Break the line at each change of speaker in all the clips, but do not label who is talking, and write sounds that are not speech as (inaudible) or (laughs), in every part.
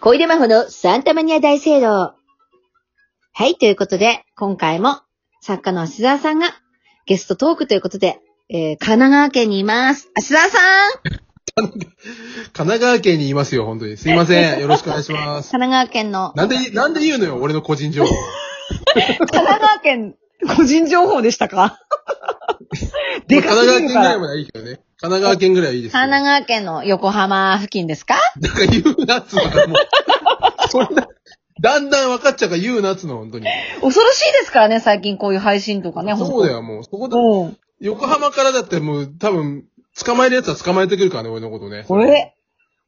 小出真帆のサンタマニア大聖堂。はい、ということで、今回も作家の芦沢さんがゲストトークということで、えー、神奈川県にいます。芦沢さん神
神奈川県にいますよ、本当に。すいません。よろしくお願いします。
奈川県の、
なんで、なんで言うのよ、俺の個人情報。
神奈川県、個人情報でしたかで
神
かすぎ
奈川
る
県ぐ
から
い
ら。
まではいいけどね。神奈川県ぐらいはいいですよ。
神
なん
奈
か
川県の横浜付近ですか
言うなっつうのもう。そんな、だんだん分かっちゃうから言うなっつうの、本当に。
恐ろしいですからね、最近こういう配信とかね、
そうだ
よ。
よ、もう。そこで、
うん。
横浜からだってもう、多分、捕まえるやつは捕まえてくるからね、俺のことね。
これ、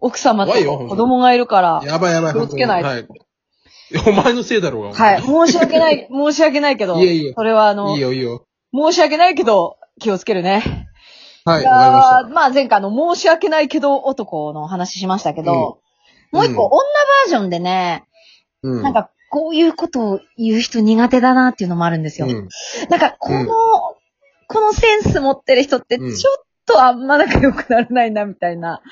奥様と
怖いよほんと
子供がいるから。
やばいやばい、
気をつけないと
本当にはい。お前のせいだろうが。お
は
前
い。。申し訳ない、 (laughs) 申し訳ないけど。
いえいえ
それはあの
いい、よ、いいよ。
申し訳ないけど、気をつけるね。
はい、
い
わかりました
や。ーまあ前回あの、申し訳ないけど男の話しましたけど、
うん
もう一個、
うん
女バージョンでね、
うん。
なんかこういうことを言う人苦手だなっていうのもあるんですよ。
うん。
なんかこの、
うん
このセンス持ってる人ってちょ
うん
っとあんま仲良くなれないなみたいな。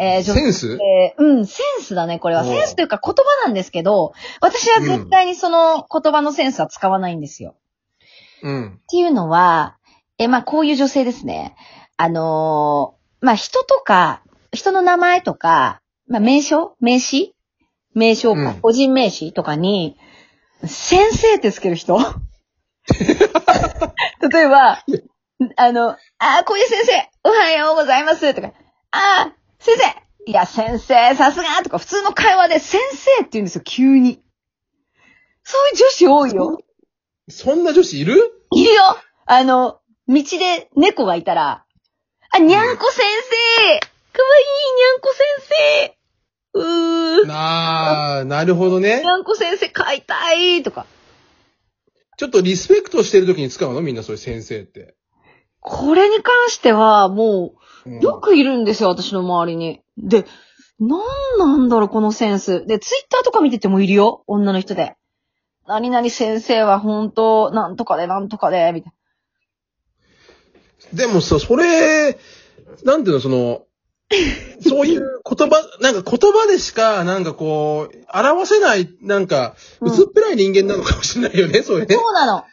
えー、女性
センス
えーうん、センスだね、これは。
うん
センスというか言葉なんですけど、私は絶対にその言葉のセンスは使わないんですよ。っ
うん。
ていうのは、えーまあ、こういう女性ですね。あのーまあ、人とか、人の名前とか、まあ、名称名詞名称か、
うん
個人名詞とかに、先生ってつけ
(laughs)
る人例えば、あの、あー、小路先生、おはようございます、とか、あー、先生、いや、先生、さすが、とか、普通の会話で先生って言うんですよ、急に。そういう女子多いよ。
そんな女子いる
いるよあの、道で猫がいたら、あ、にゃんこ先生かわいいにゃんこ先生うー、
なあ、なるほどね
に。ゃんこ先生飼いたいとか。
ちょっとリスペクトしてる時に使うのみんなそういう先生って。
これに関しては、も
うん
う、よくいるんですよ、私の周りに。で、なんなんだろう、このセンス。で、ツイッターとか見ててもいるよ、女の人で。何々先生は本当、なんとかで、なんとかで、みたい
でもさ、それ、なんていうの、その、
(laughs)
そういう言葉、なんか言葉でしか、なんかこう、表せない、なんか、
うん
薄っぺらい人間なのかもしれないよね、そういう
な。
ね。
そうなの。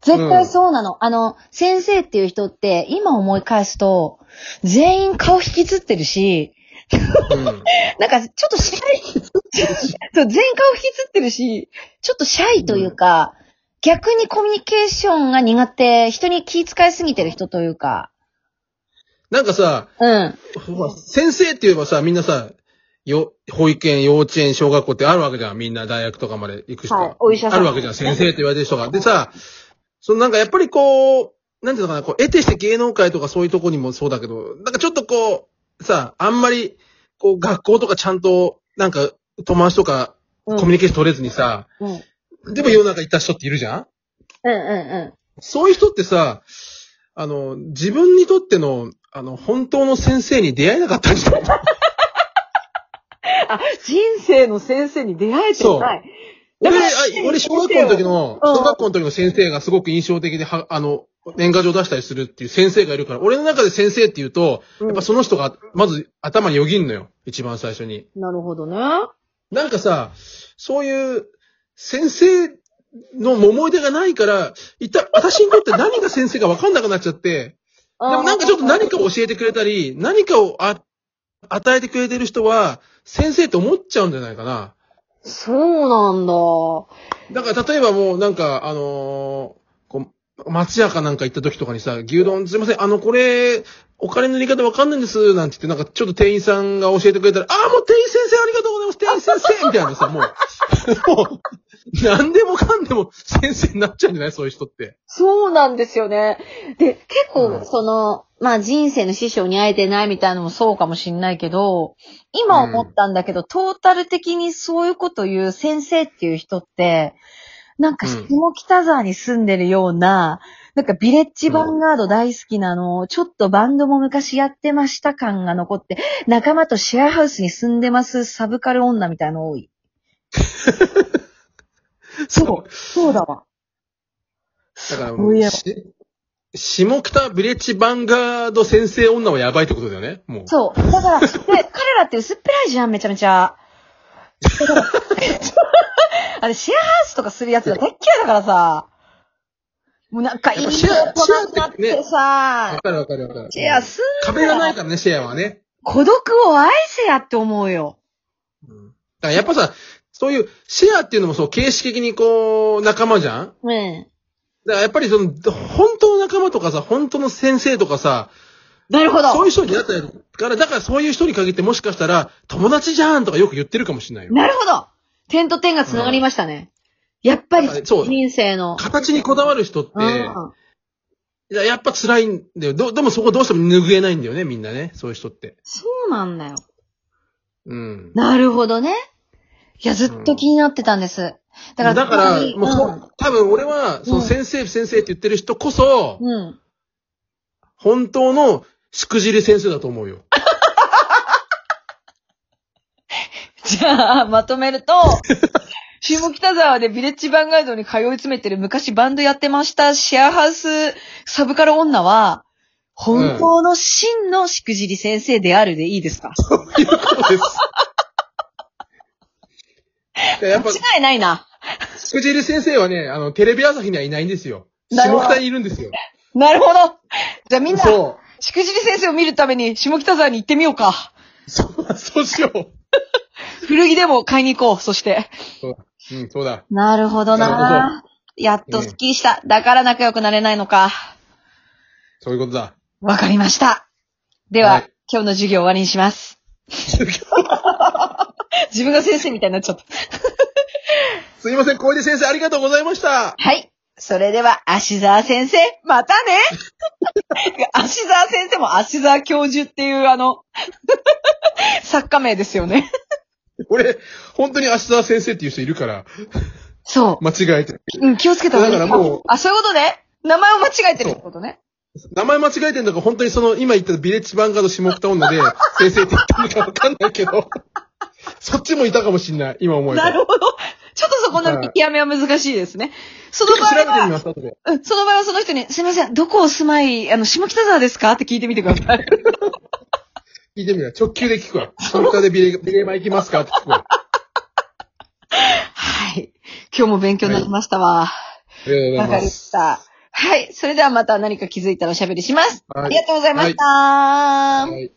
絶対そうなの。あの、先生っていう人って、今思い返すと、全員顔引きずってるし、
うん
なんか、ちょっとシャイ、そう、全顔引きつってるし、ちょっとシャイというか、逆にコミュニケーションが苦手、人に気遣いすぎてる人というか、
なんかさ、
うん。
ほら先生って言えばさ、みんなさ、よ、保育園、幼稚園、小学校ってあるわけじゃん。みんな大学とかまで行く人が。
はいお医者さん
あるわけじゃん。先生って言われてる人が。でさ、そのなんかやっぱりこう、なんていうのかな、こう、得てして芸能界とかそういうとこにもそうだけど、なんかちょっとこう、さ、あんまり、こう、学校とかちゃんと、なんか、友達とか、
う
コミ
ん
ュニケーション取れずにさ、
うん。うん
でも世の中行った人っているじゃん
うん
そういう人ってさ、あの、自分にとっての、あの、本当の先生に出会えなかったんじゃない
あ、人生の先生に出会えて
そう
ない。だ
俺、
から
あ俺、小学校の時の、
うん
小学校の時の先生がすごく印象的で、は、あの、年賀状出したりするっていう先生がいるから、俺の中で先生って言うと、
うん
やっぱその人が、まず頭によぎんのよ。一番最初に。
なるほどね。
なんかさ、そういう、先生の思い出がないから、一体、私にとって何が先生か分かんなくなっちゃって、
う
で
ん。
もなんかちょっと何かを教えてくれたり、何かをあ、与えてくれてる人は、先生って思っちゃうんじゃないかな。
そうなんだ。
だから例えばもうなんか、あのーこう、松屋かなんか行った時とかにさ、牛丼すいません、あの、これ、お金の入れ方わかんないんです、なんて言って、なんかちょっと店員さんが教えてくれたら、ああ、もう店員先生ありがとうございます、店員先生みたいなさ、もう、 (laughs) もう、何でもかんでも先生になっちゃうんじゃないそういう人って。
そうなんですよね。で、
結
う
構、
ん
その、まあ人生の師匠に会えてないみたいなのもそうかもしんないけど、今思ったんだけど、トータル的にそういうこと言う先生っていう人って、なんか
うん
下北沢に住んでるような、なんかビレッジヴァンガード大好きなの、ちょっとバンドも昔やってました感が残って、仲間とシェアハウスに住んでますサブカル女みたいなの多い。そう、そうだわ。
だからも
そう
う
いえば
し、下北ブレッジヴァンガード先生女はやばいってことだよね、もう。
そう。だから、で、彼らって薄っぺらいじゃん、めちゃめちゃ。あれ、シェアハウスとかするやつが大っ嫌いだからさ。もうなんかいい
やっぱシェア
子な
シ
くなっ
ェアって
て
わ
さ、
かるわかるわかる。
シェアすん
壁がないからね、シェアはね。
孤独を愛せやって思うよ。
うん。だからやっぱさ、そういう、シェアっていうのもそう、形式的にこう、仲間じゃん
うん。
だからやっぱりその、本当の仲間とかさ、本当の先生とかさ、
なるほ
そう
ど。
いう人になったから、だからそういう人に限ってもしかしたら、友達じゃんとかよく言ってるかもしれないよ。
なるほど。点と点が繋がりましたね。やっぱり、
そう
人生の。
形にこだわる人って、
うん
いややっぱ辛いんだよ。ど、でもそこどうしても拭えないんだよね、みんなね。そういう人って。
そうなんだよ。
うん。
なるほどね。いや、ずっと気になってたんです。だから、
だから、
つまり
もうそう、多分俺は、その先生、先生って言ってる人こそ、
うん。うん。
本当のしくじり先生だと思うよ。
じゃあ、まとめると、 (laughs) 下北沢でビレッジヴァンガイドに通い詰めてる昔バンドやってましたシェアハウスサブカル女は、本当の真のしくじり先生であるでいいですか、
いうことです。いややっぱ、し
間違いないな。
くじり先生はね、あの、テレビ朝日にはいないんですよ。
なるほど
下北にいるんですよ。
なるほど。じゃあみんな、
そ
しくじり先生を見るために下北沢に行ってみようか。
う。そう、そうしよう。
古着でも買いに行こう、そして。
うん、そうだ。
なるほどな。
なる
やっとスッキリした。だから仲良くなれないのか。
そういうことだ。
わかりました。では、
はい
今日の授業終わりにし (laughs) ます。自分が先生みたいになっちゃった。
すいません、小出先生、ありがとうございました。
はい。それでは、足沢先生、また (laughs) ね足沢先生も足沢教授っていうあの、 (laughs) 作家名ですよね。
俺、本当に芦沢先生っていう人いるから、
そ
間違えて。
う。うん、気をつけた方がいい。
だからもう
あ、そういうことね。名前を間違えてるってことね。
名前間違えてんだか、本当にその、今言ったビレッジヴァンガード下北
(laughs)
女で、先生って言ったのかわかんないけど、そっちもいたかもしんない、今思えば。
なるほど。ちょっとそこの見極めは難しいですね。その
ちょ
場
っと調べて
合
み
は、
ます、後で。
うんその場合はその人に、すいません、どこお住まい、あの、下北沢ですかって聞いてみてください。
聞いてみる。直球で聞くわ。下北でビレ、ビレマ行きますかって聞く
(laughs)
わ。あ
はい。今日も勉強になりましたわ。
りがとうございま。
わかりますした。はい。それではまた何か気づいたらおしゃべりします。
はい
ありがとうございました。
はい